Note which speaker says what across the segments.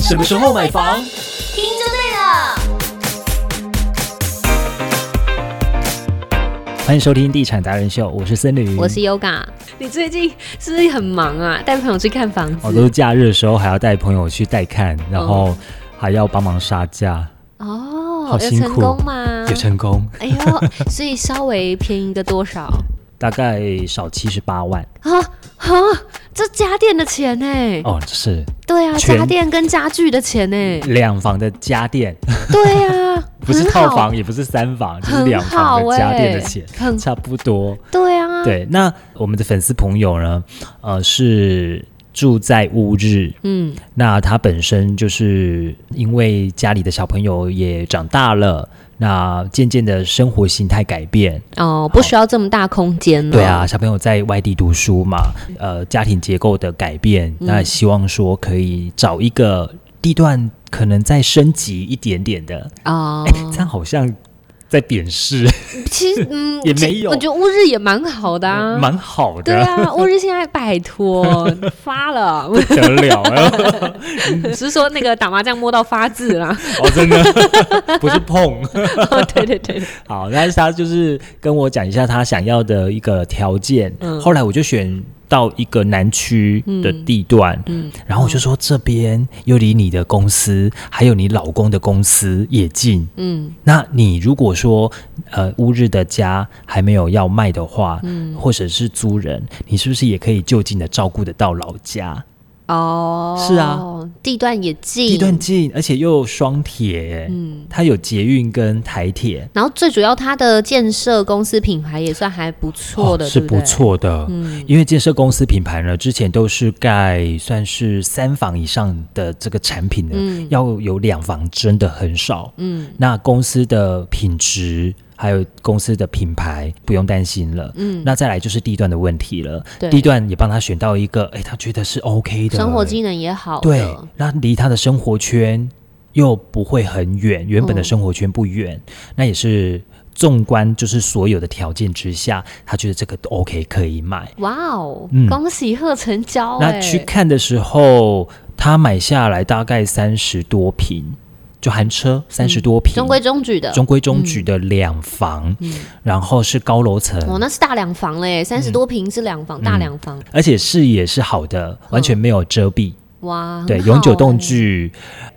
Speaker 1: 什么时候买房？
Speaker 2: 听就对了。
Speaker 3: 欢迎收听《地产达人秀》，我是森林，
Speaker 2: 我是 Yoga，你最近是不是很忙啊？带朋友去看房
Speaker 3: 哦，都
Speaker 2: 子
Speaker 3: 是假日的时候还要带朋友去带看，
Speaker 2: 嗯
Speaker 3: 然后还要帮忙杀价，
Speaker 2: 哦
Speaker 3: 好
Speaker 2: 有
Speaker 3: 辛
Speaker 2: 成
Speaker 3: 苦
Speaker 2: 功吗？
Speaker 3: 也成功，
Speaker 2: 哎呦，所以稍微便宜个多少
Speaker 3: 大概少七十八万
Speaker 2: 啊？哈，这家电的钱呢、
Speaker 3: 哦，是
Speaker 2: 对啊，
Speaker 3: 全嗯
Speaker 2: 家电跟家具的钱呢、
Speaker 3: 两房的家电，
Speaker 2: 对啊，
Speaker 3: 不是
Speaker 2: 很
Speaker 3: 套
Speaker 2: 好，
Speaker 3: 房，也不是三房，就是
Speaker 2: 很
Speaker 3: 两
Speaker 2: 好
Speaker 3: 房的家电的
Speaker 2: 欸
Speaker 3: 钱，
Speaker 2: 很
Speaker 3: 差不多。
Speaker 2: 对啊，，
Speaker 3: 对，那我们的粉丝朋友呢，呃，是住在乌日，
Speaker 2: 嗯，
Speaker 3: 那他本身就是因为家里的小朋友也长大了，那渐渐的生活形态改变，
Speaker 2: 哦，不需要这么大空间了。
Speaker 3: 对啊，，小朋友在外地读书嘛，
Speaker 2: 嗯
Speaker 3: 呃，家庭结构的改变，那希望说可以找一个地段可能再升级一点点的，
Speaker 2: 哦
Speaker 3: 哎、，这样好像在贬视，
Speaker 2: 其实嗯
Speaker 3: 也
Speaker 2: 其
Speaker 3: 没有嗯
Speaker 2: 我觉得乌日也蛮好的啊，
Speaker 3: 蛮好
Speaker 2: 对
Speaker 3: 的。
Speaker 2: 啊，乌日现在拜托发了，
Speaker 3: 不得了啊！
Speaker 2: 只是说那个打麻将摸到发字 啦。
Speaker 3: 哦，真的不是碰。
Speaker 2: 对对对，
Speaker 3: 好，但是他就是跟我讲一下他想要的一个条件，
Speaker 2: 嗯
Speaker 3: 后来我就选到一个南区的地段，
Speaker 2: 嗯，
Speaker 3: 然后我就说这边又离你的公司还有你老公的公司也近。
Speaker 2: 嗯
Speaker 3: 那你如果说呃乌日的家还没有要卖的话，
Speaker 2: 嗯
Speaker 3: 或者是租人，你是不是也可以就近的照顾得到老家？
Speaker 2: 嗯哦，
Speaker 3: 是啊，
Speaker 2: 地段也近，
Speaker 3: 地段近，而且又有双铁，嗯，它有捷运跟台铁，
Speaker 2: 然后最主要它的建设公司品牌也算还不错的，
Speaker 3: 哦是
Speaker 2: 对不
Speaker 3: 不
Speaker 2: 对，
Speaker 3: 错的。
Speaker 2: 嗯
Speaker 3: 因为建设公司品牌呢，之前都是盖算是三房以上的这个产品呢，
Speaker 2: 嗯
Speaker 3: 要有两房真的很少。
Speaker 2: 嗯
Speaker 3: 那公司的品质还有公司的品牌不用担心了。
Speaker 2: 嗯，
Speaker 3: 那再来就是地段的问题了，
Speaker 2: 对
Speaker 3: 地段也帮他选到一个，哎，他觉得是 OK 的
Speaker 2: 生活机能也好
Speaker 3: 对
Speaker 2: 的，，
Speaker 3: 那离他的生活圈又不会很远，原本的
Speaker 2: 嗯
Speaker 3: 生活圈不远，那也是纵观就是所有的条件之下，他觉得这个都 OK 可以买。
Speaker 2: 哇哦，
Speaker 3: 嗯
Speaker 2: 恭喜贺成交，哎
Speaker 3: 那去看的时候，他买下来大概三十多平，就含车三十多平，
Speaker 2: 嗯中规中矩的，嗯
Speaker 3: 中规中矩的两房，然后是高楼层，
Speaker 2: 哦，那是大两房嘞，
Speaker 3: 嗯
Speaker 2: 三十多平是两房，大两房，
Speaker 3: 而且视野是好的，完全没有遮蔽。
Speaker 2: 哇，
Speaker 3: 对，
Speaker 2: 很
Speaker 3: 永久
Speaker 2: 好
Speaker 3: 动
Speaker 2: 欸，
Speaker 3: 距，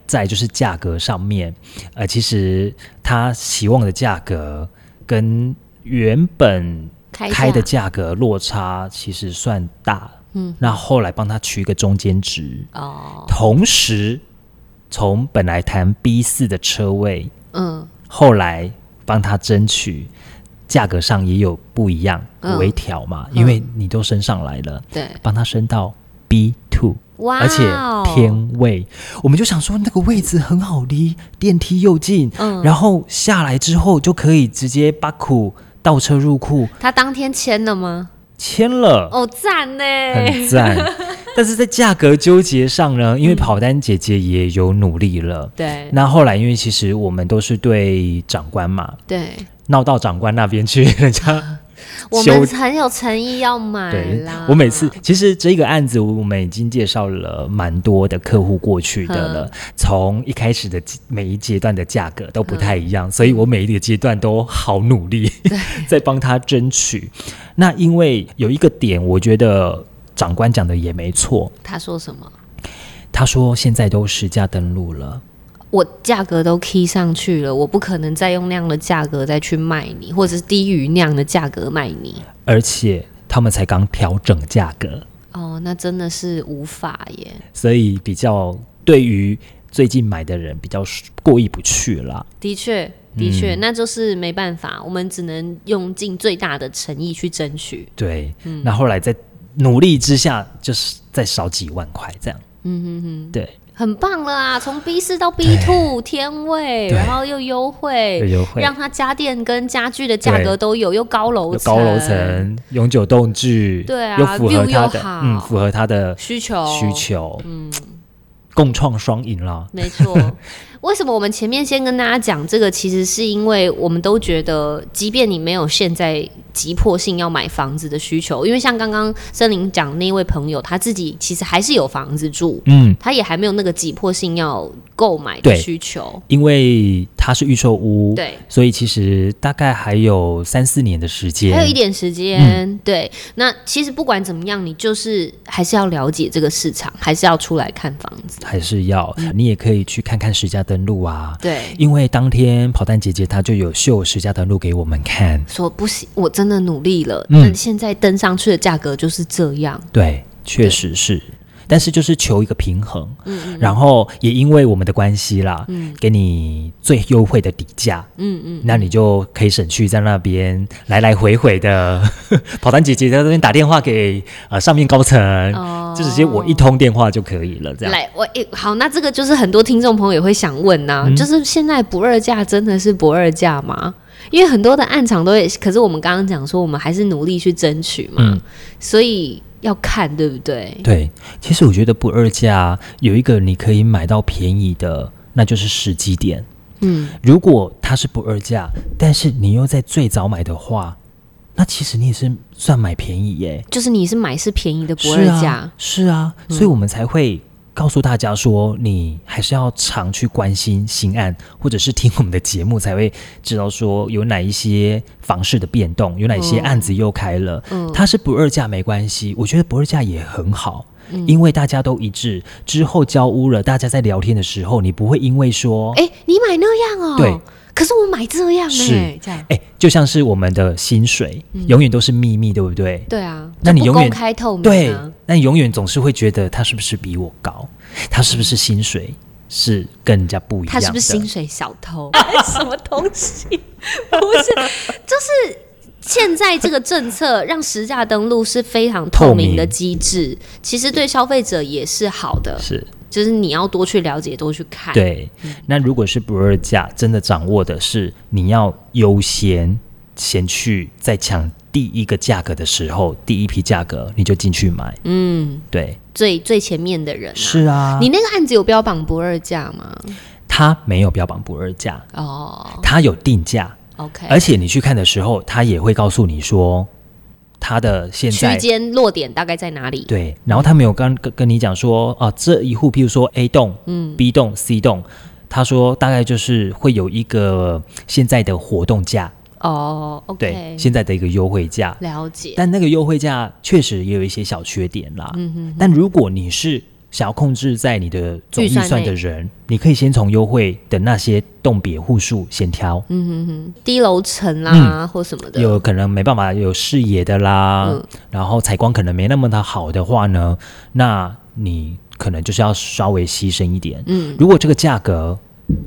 Speaker 3: 在就是价格上面，呃，其实他期望的价格跟原本
Speaker 2: 开
Speaker 3: 开的
Speaker 2: 价
Speaker 3: 价格落差其实算大。
Speaker 2: 嗯，
Speaker 3: 那后来帮他取一个中间值，
Speaker 2: 哦，
Speaker 3: 同时从本来谈 B 四的车位，
Speaker 2: 嗯，
Speaker 3: 后来帮他争取价格上也有不一样
Speaker 2: 嗯
Speaker 3: 微调嘛，因为你都升上来了，
Speaker 2: 对，
Speaker 3: 帮他升到 B two。
Speaker 2: 哇，
Speaker 3: 而且偏位，我们就想说那个位置很好离，电梯又近，
Speaker 2: 嗯
Speaker 3: 然后下来之后就可以直接把库倒车入库
Speaker 2: 他当天签了吗？
Speaker 3: 签了，
Speaker 2: 哦，赞呢！
Speaker 3: 很赞。 但是在价格纠结上呢，因为跑单姐姐也有努力了。
Speaker 2: 嗯对
Speaker 3: 那后来，因为其实我们都是对长官嘛，
Speaker 2: 对，
Speaker 3: 闹到长官那边去，人家
Speaker 2: 我们很有诚意要买
Speaker 3: 对
Speaker 2: 啦。
Speaker 3: 我每次其实这个案子，我们已经介绍了蛮多的客户过去的了，从一开始的每一阶段的价格都不太一样，所以我每一个阶段都好努力 在帮他争取。那因为有一个点，我觉得长官讲的也没错，
Speaker 2: 他说什么，
Speaker 3: 他说现在都实价登录了，
Speaker 2: 我价格都 key 上去了，我不可能再用那样的价格再去卖你，或者是低于那样的价格卖你。
Speaker 3: 而且他们才刚调整价格，
Speaker 2: 哦，那真的是无法耶。
Speaker 3: 所以比较对于最近买的人比较过意不去啦。
Speaker 2: 的确，的确，
Speaker 3: 嗯
Speaker 2: 那就是没办法，我们只能用尽最大的诚意去争取。
Speaker 3: 对，
Speaker 2: 嗯
Speaker 3: 那后来在努力之下，就是再少几万块这样。嗯嗯嗯，对，
Speaker 2: 很棒了啊！从 B 四到 B two 天位，
Speaker 3: 对
Speaker 2: 然后又优惠，
Speaker 3: 有优惠，
Speaker 2: 让它家电跟家具的价格
Speaker 3: 对
Speaker 2: 都有，又高楼
Speaker 3: 有
Speaker 2: 层，
Speaker 3: 高楼层，永久动距，
Speaker 2: 对啊
Speaker 3: 又符合
Speaker 2: view
Speaker 3: 他
Speaker 2: 又
Speaker 3: 的，
Speaker 2: 好
Speaker 3: 嗯，符合他的
Speaker 2: 需求
Speaker 3: 需，求，嗯，共创双赢啦。
Speaker 2: 没错。 为什么我们前面先跟大家讲这个？其实是因为我们都觉得，即便你没有现在急迫性要买房子的需求，因为像刚刚森林讲那位朋友，他自己其实还是有房子住，
Speaker 3: 嗯，
Speaker 2: 他也还没有那个急迫性要购买的
Speaker 3: 对
Speaker 2: 需求。
Speaker 3: 因为它是预售屋，
Speaker 2: 对，
Speaker 3: 所以其实大概还有三四年的时间，
Speaker 2: 还有一点时间，
Speaker 3: 嗯
Speaker 2: 对。那其实不管怎么样，你就是还是要了解这个市场，还是要出来看房子。
Speaker 3: 还是要
Speaker 2: 嗯
Speaker 3: 你也可以去看看实价登录啊，
Speaker 2: 对，
Speaker 3: 因为当天跑蛋姐姐她就有秀实价登录给我们看，
Speaker 2: 说不行，我真的努力了，
Speaker 3: 嗯
Speaker 2: 但现在登上去的价格就是这样。
Speaker 3: 对，确实是。但是就是求一个平衡，
Speaker 2: 嗯
Speaker 3: 然后也因为我们的关系啦，给你最优惠的底价，
Speaker 2: 嗯嗯，
Speaker 3: 那你就可以省去在那边来来回回的 跑单姐姐在那边打电话给呃上面高层，
Speaker 2: 哦
Speaker 3: 就直接我一通电话就可以了，这样。
Speaker 2: 来，我诶、好，那这个就是很多听众朋友也会想问呐、
Speaker 3: 嗯
Speaker 2: 就是现在不二价真的是不二价吗？因为很多的暗场都也，可是我们刚刚讲说，我们还是努力去争取嘛，
Speaker 3: 嗯
Speaker 2: 所以要看对不对？
Speaker 3: 对，其实我觉得不二价有一个你可以买到便宜的，那就是时机点。
Speaker 2: 嗯，
Speaker 3: 如果它是不二价，但是你又在最早买的话，那其实你也是算买便宜耶、
Speaker 2: 就是你是买是便宜的不嗯
Speaker 3: 是
Speaker 2: 二
Speaker 3: 啊，
Speaker 2: 价，
Speaker 3: 是啊，所以我们才会告诉大家说，你还是要常去关心新案，或者是听我们的节目，才会知道说有哪一些房市的变动，有哪一些
Speaker 2: 嗯
Speaker 3: 案子又开了。
Speaker 2: 嗯
Speaker 3: 它是不二价没关系，我觉得不二价也很好。
Speaker 2: 嗯
Speaker 3: 因为大家都一致，之后交屋了，大家在聊天的时候，你不会因为说，
Speaker 2: 哎、你买那样哦、
Speaker 3: 对，
Speaker 2: 可是我买这样哎、
Speaker 3: 是
Speaker 2: 这样，
Speaker 3: 哎、就像是我们的薪水，
Speaker 2: 嗯
Speaker 3: 永远都是秘密，对不对？
Speaker 2: 对啊，
Speaker 3: 那你
Speaker 2: 就不
Speaker 3: 永远
Speaker 2: 公开透明
Speaker 3: 对
Speaker 2: 啊，，
Speaker 3: 那你永远总是会觉得他是不是比我高，他是不是薪水是跟人家不一样
Speaker 2: 他
Speaker 3: 的？
Speaker 2: 是不是薪水小偷？ 什么东西？不是，就是现在这个政策让实价登录是非常透明的机制，其实对消费者也是好的，
Speaker 3: 是
Speaker 2: 就是你要多去了解，多去看。，
Speaker 3: 对。那如果是不二价，真的掌握的是你要优先先去在抢第一个价格的时候，第一批价格你就进去买。
Speaker 2: 嗯，
Speaker 3: 对，
Speaker 2: 最最前面的人、啊、
Speaker 3: 是啊，嗯
Speaker 2: 你那个案子有标榜不二价吗？
Speaker 3: 他没有标榜不二价，
Speaker 2: 哦哎
Speaker 3: 他有定价，
Speaker 2: ，OK，
Speaker 3: 而且你去看的时候，他也会告诉你说他的现
Speaker 2: 区
Speaker 3: 在
Speaker 2: 间落点大概在哪里？
Speaker 3: 对，然后他没有跟跟跟你讲说啊，这一户，譬如说 A 栋、嗯、B 栋、C 栋，他说大概就是会有一个现在的活动价，
Speaker 2: 哦
Speaker 3: 对
Speaker 2: ，OK，
Speaker 3: 现在的一个优惠价，
Speaker 2: 了解。
Speaker 3: 但那个优惠价确实也有一些小缺点啦。但如果你是想要控制在你的总预算的人，你可以先从优惠的那些栋别户数先挑。
Speaker 2: 低楼层啦，或什么的，
Speaker 3: 嗯有可能没办法有视野的啦，
Speaker 2: 嗯
Speaker 3: 然后采光可能没那么的好的话呢，那你可能就是要稍微牺牲一点。
Speaker 2: 嗯，
Speaker 3: 如果这个价格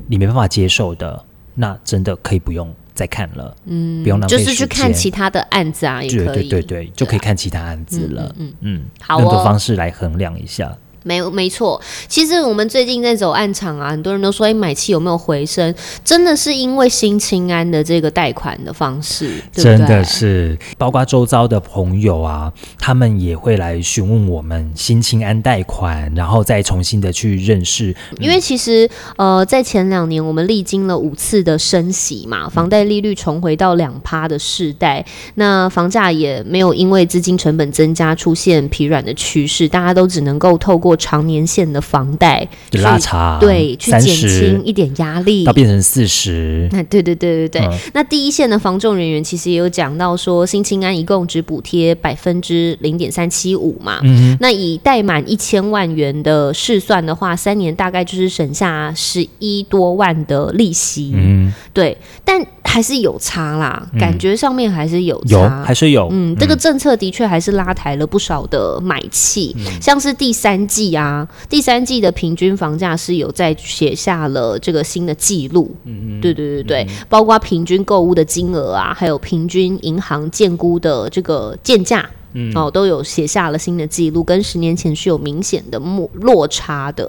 Speaker 3: 你没办法接受的，那真的可以不用再看了，嗯，不用浪费
Speaker 2: 就
Speaker 3: 时间。
Speaker 2: 是去看其他的案子啊，也
Speaker 3: 对
Speaker 2: 可
Speaker 3: 对
Speaker 2: 以。
Speaker 3: 对对，就可以看其他案子了。嗯嗯，
Speaker 2: 好
Speaker 3: 用
Speaker 2: 哦
Speaker 3: 的方式来衡量一下。
Speaker 2: 没没错，其实我们最近在走暗场啊，很多人都说，哎，买气有没有回升？真的是因为新清安的这个贷款的方式，对不对
Speaker 3: 真的是，包括周遭的朋友啊，他们也会来询问我们新青安贷款，然后再重新的去认识
Speaker 2: 因为其实呃，在前两年我们历经了五次的升息
Speaker 3: 嗯
Speaker 2: 嘛，房贷利率重回到两趴的世代，那房价也没有因为资金成本增加出现疲软的趋势，大家都只能够透过长年限的房贷
Speaker 3: 就
Speaker 2: 去
Speaker 3: 拉长，
Speaker 2: 对去减
Speaker 3: 啊三十
Speaker 2: 轻一点压力
Speaker 3: 到。变成四十，
Speaker 2: 那对对对对对，
Speaker 3: 嗯
Speaker 2: 那第一线的防重人员其实也有讲到说，新青安一共只补贴百分之零点三七五嘛，
Speaker 3: 嗯
Speaker 2: 那以贷满一千万元的试算的话，三年大概就是省下十一多万的利息，
Speaker 3: 嗯，
Speaker 2: 对，但还是有差啦，感觉上面还是有
Speaker 3: 有
Speaker 2: 差。
Speaker 3: 还是有，
Speaker 2: 嗯，这个政策的确还是拉抬了不少的买气，像是第三季啊，第三季的平均房价是有在写下了这个新的记录。嗯对对对对，包括平均购物的金额啊，还有平均银行建估的这个建价。哦，都有写下了新的记录，跟十年前是有明显的落落差的。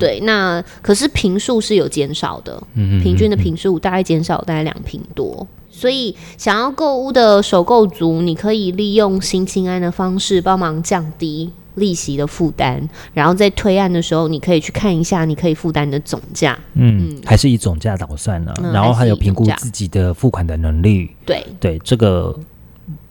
Speaker 2: 对，那可是平数是有减少的，平均的平数大概减少大概两平多。所以，想要购物的首购族，你可以利用新清安的方式帮忙降低利息的负担，然后在推案的时候，你可以去看一下你可以负担的总价。
Speaker 3: 嗯，还是以总价打算呢
Speaker 2: 嗯，
Speaker 3: 然后还有
Speaker 2: 还是以
Speaker 3: 评估
Speaker 2: 总价
Speaker 3: 自己的付款的能力，
Speaker 2: 对，
Speaker 3: 对这个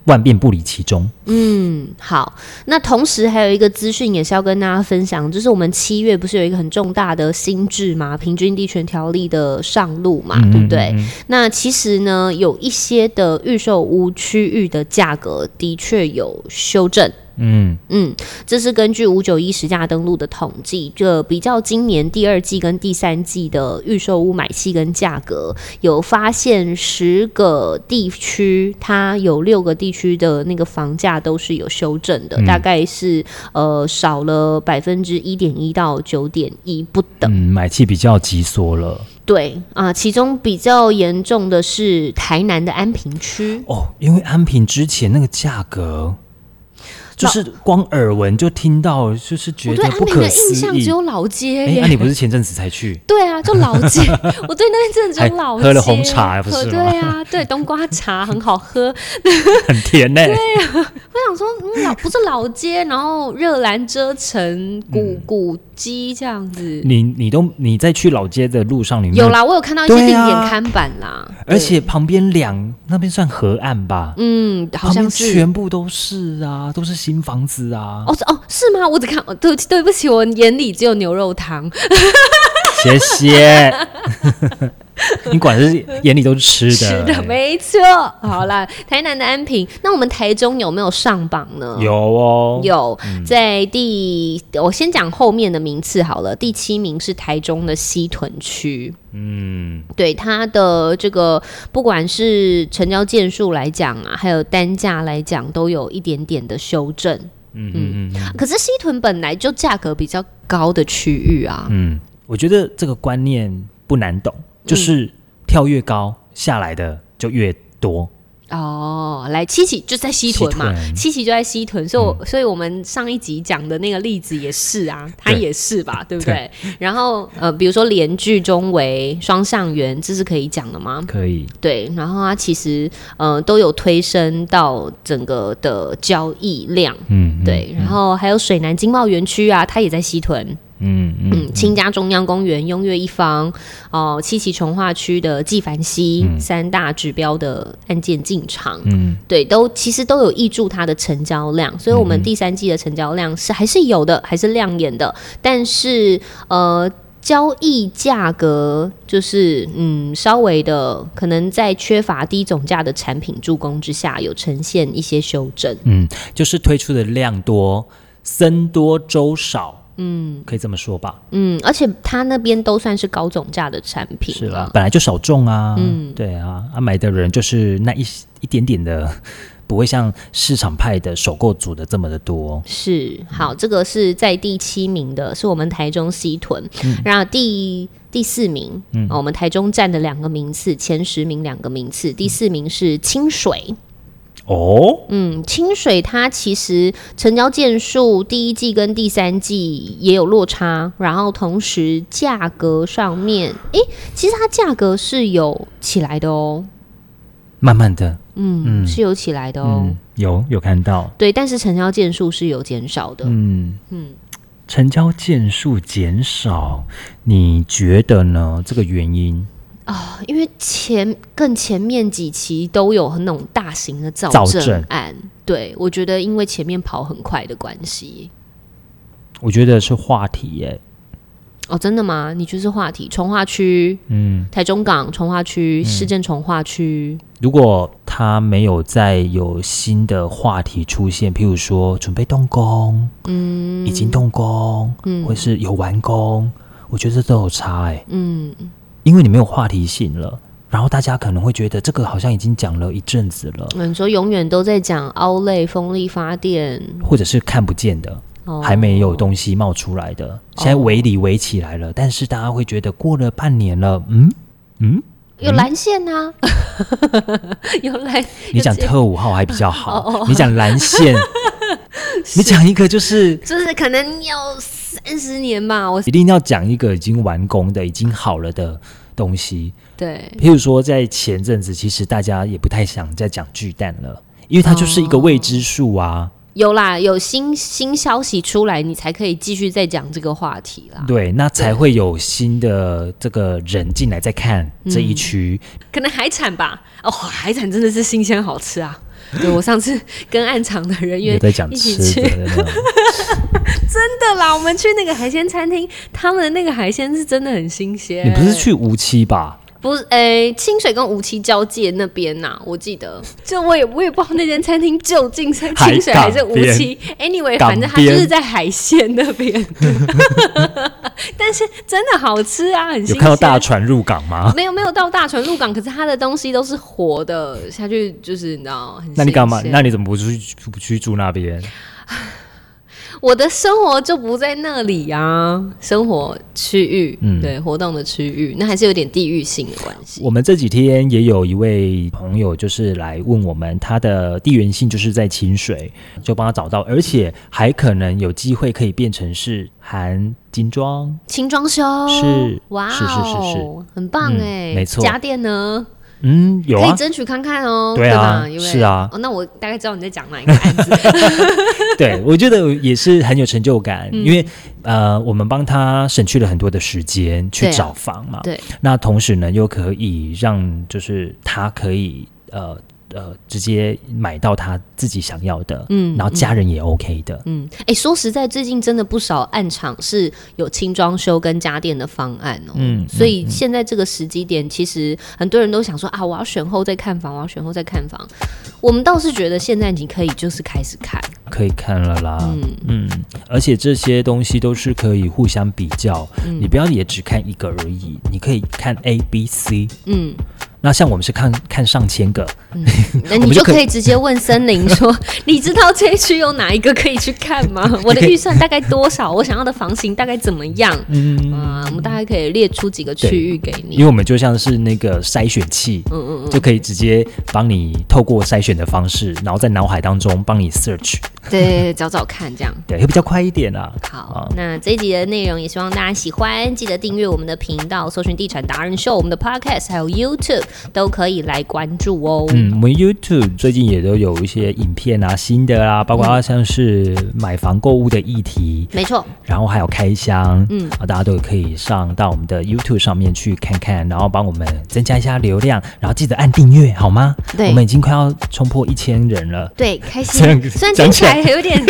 Speaker 3: 万变不离其宗。
Speaker 2: 嗯，好。那同时还有一个资讯也是要跟大家分享，就是我们七月不是有一个很重大的新制嘛，《平均地权条例》的上路嘛，对不对？那其实呢，有一些的预售屋区域的价格的确有修正。
Speaker 3: 嗯，
Speaker 2: 嗯，这是根据五九一实价登录的统计，这比较今年第二季跟第三季的预售屋买气跟价格，有发现十个地区，它有六个地区的那个房价都是有修正
Speaker 3: 嗯
Speaker 2: 的，大概是呃少了百分之一点一到九点一不等。
Speaker 3: 嗯，买气比较急缩了。
Speaker 2: 对啊、其中比较严重的是台南的安平区。
Speaker 3: 哦，因为安平之前那个价格，就是光耳闻就听到，就是觉
Speaker 2: 哦我对
Speaker 3: 得
Speaker 2: 安
Speaker 3: 不
Speaker 2: 平的
Speaker 3: 可
Speaker 2: 印
Speaker 3: 思
Speaker 2: 象只
Speaker 3: 议。
Speaker 2: 有老街
Speaker 3: 哎，
Speaker 2: 耶。
Speaker 3: 那、你不是前阵子才去？
Speaker 2: 对啊，就老 街，我对那边真的只
Speaker 3: 还
Speaker 2: 有老街。
Speaker 3: 喝了红茶不是
Speaker 2: 喝
Speaker 3: 吗
Speaker 2: 对啊，对冬瓜茶很好喝。我
Speaker 3: 很甜呢、
Speaker 2: 想说，嗯，老不是老街，然后热兰遮城、
Speaker 3: 嗯
Speaker 2: 古古迹这样子。
Speaker 3: 你你都你在去老街的路上，你没
Speaker 2: 有啦，我有看到一些定
Speaker 3: 对啊
Speaker 2: 点看板啦，
Speaker 3: 而
Speaker 2: 对
Speaker 3: 且旁边两那边算河岸吧，
Speaker 2: 嗯，好
Speaker 3: 旁边
Speaker 2: 像是
Speaker 3: 全部都是啊，都是新房子啊。
Speaker 2: 哦是哦是吗？我只看哦对不起对不起，我眼里只有牛肉汤。
Speaker 3: 谢 谢。你管是眼里都是吃的，
Speaker 2: 的，没错。好啦，台南的安平，那我们台中有没有上榜呢？
Speaker 3: 有哦，
Speaker 2: 有在第，我先讲后面的名次好了。第七名是台中的西屯区，
Speaker 3: 嗯，
Speaker 2: 对它的这个不管是成交件数来讲啊，还有单价来讲，都有一点点的修正。
Speaker 3: 嗯嗯嗯
Speaker 2: 可是西屯本来就价格比较高的区域啊，
Speaker 3: 嗯，我觉得这个观念不难懂，
Speaker 2: 嗯
Speaker 3: 就是跳越高下来的就越多，
Speaker 2: 哦，来七期就在西屯
Speaker 3: 西，
Speaker 2: 嘛
Speaker 3: 屯
Speaker 2: 七期就在西屯，所以我、所以我们上一集讲的那个例子也是啊，它也是吧，对不对？然后呃，比如说连剧中为双向园，这是可以讲的吗？
Speaker 3: 可以，
Speaker 2: 对，然后它其实呃都有推升到整个的交易量。
Speaker 3: 嗯，嗯，
Speaker 2: 对，然后还有水南经贸园区啊，它也在西屯，
Speaker 3: 嗯嗯
Speaker 2: 嗯，清家中央公园、雍悦一方，哦、七期从化区的纪梵希、三大指标的案件进场，
Speaker 3: 嗯，
Speaker 2: 对，都其实都有挹注它的成交量，所以我们第三季的成交量是还是有的，还是亮眼的，但是呃。交易价格就是，嗯，稍微的可能在缺乏低总价的产品助攻之下，有呈现一些修正。
Speaker 3: 嗯，就是推出的量多，僧多粥少，嗯，可以这么说吧，
Speaker 2: 嗯，而且它那边都算是高总价的产品
Speaker 3: 是
Speaker 2: 了
Speaker 3: 啦，本来就少种啊，嗯，对啊，啊买的人就是那一一点点的， 不会像市场派的首购组的这么的多，
Speaker 2: 是，好，这个是在第七名的，是我们台中西屯。然后第第四名、哦我们台中占的两个名次，前十名两个名次，第四名是清水。
Speaker 3: 哦，
Speaker 2: 嗯，清水它其实成交件数第一季跟第三季也有落差，然后同时价格上面，诶，其实它价格是有起来的哦，
Speaker 3: 慢慢的，
Speaker 2: 嗯，是有起来的哦。
Speaker 3: 嗯，有有看到，
Speaker 2: 对，但是成交件数是有减少的，
Speaker 3: 嗯
Speaker 2: 嗯
Speaker 3: 嗯，成交件数减少，你觉得呢？这个原因
Speaker 2: 啊，因为前更前面几期都有很那种大型的造
Speaker 3: 造
Speaker 2: 证
Speaker 3: 证
Speaker 2: 案，对我觉得因为前面跑很快的关系。
Speaker 3: 我觉得是话题耶、
Speaker 2: 哦，真的吗？你就是话题，从化区、
Speaker 3: 嗯，
Speaker 2: 台中港从化区、市政从化区，
Speaker 3: 如果他没有再有新的话题出现，譬如说准备动工，嗯，已经动工，嗯，或是有完工，我觉得这都有差哎、
Speaker 2: 嗯，
Speaker 3: 因为你没有话题性了。然后大家可能会觉得这个好像已经讲了一阵子了，
Speaker 2: 嗯你说永远都在讲凹类风力发电，
Speaker 3: 或者是看不见的，
Speaker 2: 哦、
Speaker 3: 还嗯没有东西冒出来的，现在围里围起来了，但是大家会觉得过了半年了，嗯嗯，
Speaker 2: 有蓝线呐、啊， 有蓝，
Speaker 3: 你讲
Speaker 2: 有这哦
Speaker 3: 特五号还比较 好，你讲蓝线，你讲一个就是
Speaker 2: 就是可能要三十年吧，我
Speaker 3: 一定要讲一个已经完工的、已经好了的东西，
Speaker 2: 对，
Speaker 3: 譬如说在前阵子，其实大家也不太想再讲巨蛋了，因为它就是一个未知数啊，
Speaker 2: 有啦，有新新消息出来，你才可以继续再讲这个话题啦。
Speaker 3: 对，那才会有新的这个人进
Speaker 2: 嗯
Speaker 3: 来再看这一区，
Speaker 2: 可能海产吧，哦，海产真的是新鲜好吃啊。对我上次跟暗场的人
Speaker 3: 有
Speaker 2: 员
Speaker 3: 在讲
Speaker 2: 一起
Speaker 3: 吃
Speaker 2: 去
Speaker 3: 的那 种，
Speaker 2: 真的啦，我们去那个海鲜餐厅，他们的那个海鲜是真的很新
Speaker 3: 你
Speaker 2: 鲜。
Speaker 3: 不是去无期吧？
Speaker 2: 不是，诶、清水跟无期交界那边呐、我记 得，就我也我也不知道那间餐厅究竟是
Speaker 3: 海
Speaker 2: 清水还是无期。Anyway，反正它就是
Speaker 3: 港边
Speaker 2: 在海鲜那边， 但是真的好吃啊，很新
Speaker 3: 有
Speaker 2: 鲜。
Speaker 3: 看到大船入港 吗？
Speaker 2: 没有没有到大船入港，可是它的东西都是活的下去，就是你知道，很
Speaker 3: 那你干嘛？
Speaker 2: 新鲜
Speaker 3: 那你怎么不去不去住那边？
Speaker 2: 我的生活就不在那里啊，生活区域，
Speaker 3: 嗯
Speaker 2: 对活动的区域，那还是有点地域性的关系。
Speaker 3: 我们这几天也有一位朋友，就是来问我们，他的地缘性就是在清水，就帮他找到，而且还可能有机会可以变成是含金装。
Speaker 2: 轻装修
Speaker 3: 是
Speaker 2: 哇、哦，
Speaker 3: 是是是是，
Speaker 2: 很棒
Speaker 3: 嗯
Speaker 2: 哎、
Speaker 3: 没错
Speaker 2: 家电呢、
Speaker 3: 嗯，有
Speaker 2: 可以
Speaker 3: 啊，
Speaker 2: 争取看看哦，
Speaker 3: 对啊
Speaker 2: 吧？因为
Speaker 3: 是啊
Speaker 2: 哦，那我大概知道你在讲哪一个案子，
Speaker 3: 对我觉得也是很有成就感，
Speaker 2: 嗯
Speaker 3: 因为呃，我们帮他省去了很多的时间去
Speaker 2: 对啊
Speaker 3: 找房嘛，
Speaker 2: 对，
Speaker 3: 那同时呢，又可以让就是他可以呃呃直接买到他自己想要的，
Speaker 2: 嗯
Speaker 3: 然后家人也 OK 的，
Speaker 2: 嗯，哎、说实在，最近真的不少暗场是有轻装修跟家电的方案哦。
Speaker 3: 嗯
Speaker 2: 所以现在这个时机点，其实很多人都想说啊，我要选后再看房，我要选后再看房。我们倒是觉得现在你可以就是开始看，
Speaker 3: 可以看了啦，嗯而且这些东西都是可以互相比较，
Speaker 2: 嗯
Speaker 3: 你不要也只看一个而已，你可以看 A、B、C。
Speaker 2: 嗯，
Speaker 3: 那像我们是看看上千个，
Speaker 2: 那
Speaker 3: 嗯我
Speaker 2: 你
Speaker 3: 们就
Speaker 2: 就
Speaker 3: 可以
Speaker 2: 可以直接问森林 说，你知道这一区有哪一个可以去看吗？我的预算大概多少？我想要的房型大概怎么样？
Speaker 3: 嗯，
Speaker 2: 啊，我们大概可以列出几个区域给
Speaker 3: 因为
Speaker 2: 你。
Speaker 3: 我们就像是那个筛选器，
Speaker 2: 嗯嗯
Speaker 3: 就可以直接帮你透过筛选的方式，然后在脑海当中帮你 search，
Speaker 2: 嗯，对对对，找找看这样。
Speaker 3: 对，会比较快一点啊。
Speaker 2: 好，那这一集的内容也希望大家喜欢，记得订阅我们的频道，搜寻“地产达人秀”，我们的 Podcast 还有 YouTube 都可以来关注哦。
Speaker 3: 嗯，我们 YouTube 最近也都有一些影片啊，新的啊，包
Speaker 2: 嗯
Speaker 3: 括像是买房购物的议题，
Speaker 2: 没错，
Speaker 3: 然后还有开箱，嗯，啊，大家都可以上到我们的 YouTube 上面去看看，然后帮我们增加一下流量，然后记得按订阅好吗？
Speaker 2: 对
Speaker 3: 我们已经快要冲破一千人了。
Speaker 2: 对，开
Speaker 3: 这样
Speaker 2: 心。虽然
Speaker 3: 讲
Speaker 2: 听
Speaker 3: 起
Speaker 2: 起
Speaker 3: 来
Speaker 2: 来 有点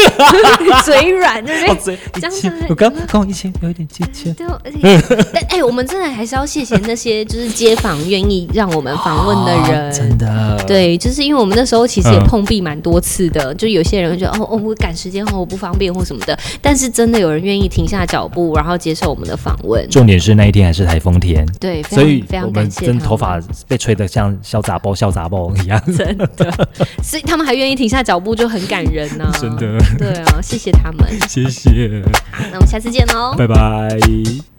Speaker 2: 嘴软，对不对？
Speaker 3: 一
Speaker 2: 讲起
Speaker 3: 千
Speaker 2: 来，
Speaker 3: 我刚刚一千有一点接近。
Speaker 2: 对，而且但哎、我们真的还是要谢谢那些就是街坊愿意让我们访问的人。
Speaker 3: 啊真的，
Speaker 2: 对，就是因为我们那时候其实也
Speaker 3: 嗯
Speaker 2: 碰壁蛮多次的，就有些人会觉得哦哦，我赶时间哦，我不方便或什么的，但是真的有人愿意停下脚步，然后接受我们的访问。
Speaker 3: 重点是那一天还是台风天，
Speaker 2: 对，非
Speaker 3: 所以
Speaker 2: 常非
Speaker 3: 我
Speaker 2: 常
Speaker 3: 们
Speaker 2: 感谢他
Speaker 3: 真
Speaker 2: 们
Speaker 3: 的头发被吹得像小杂包、小杂包一样，
Speaker 2: 真的，所以他们还愿意停下脚步，就很感人呐、
Speaker 3: 真的，
Speaker 2: 对啊，谢谢他们。
Speaker 3: 谢谢，
Speaker 2: 好那我们下次见喽，哦
Speaker 3: 拜拜。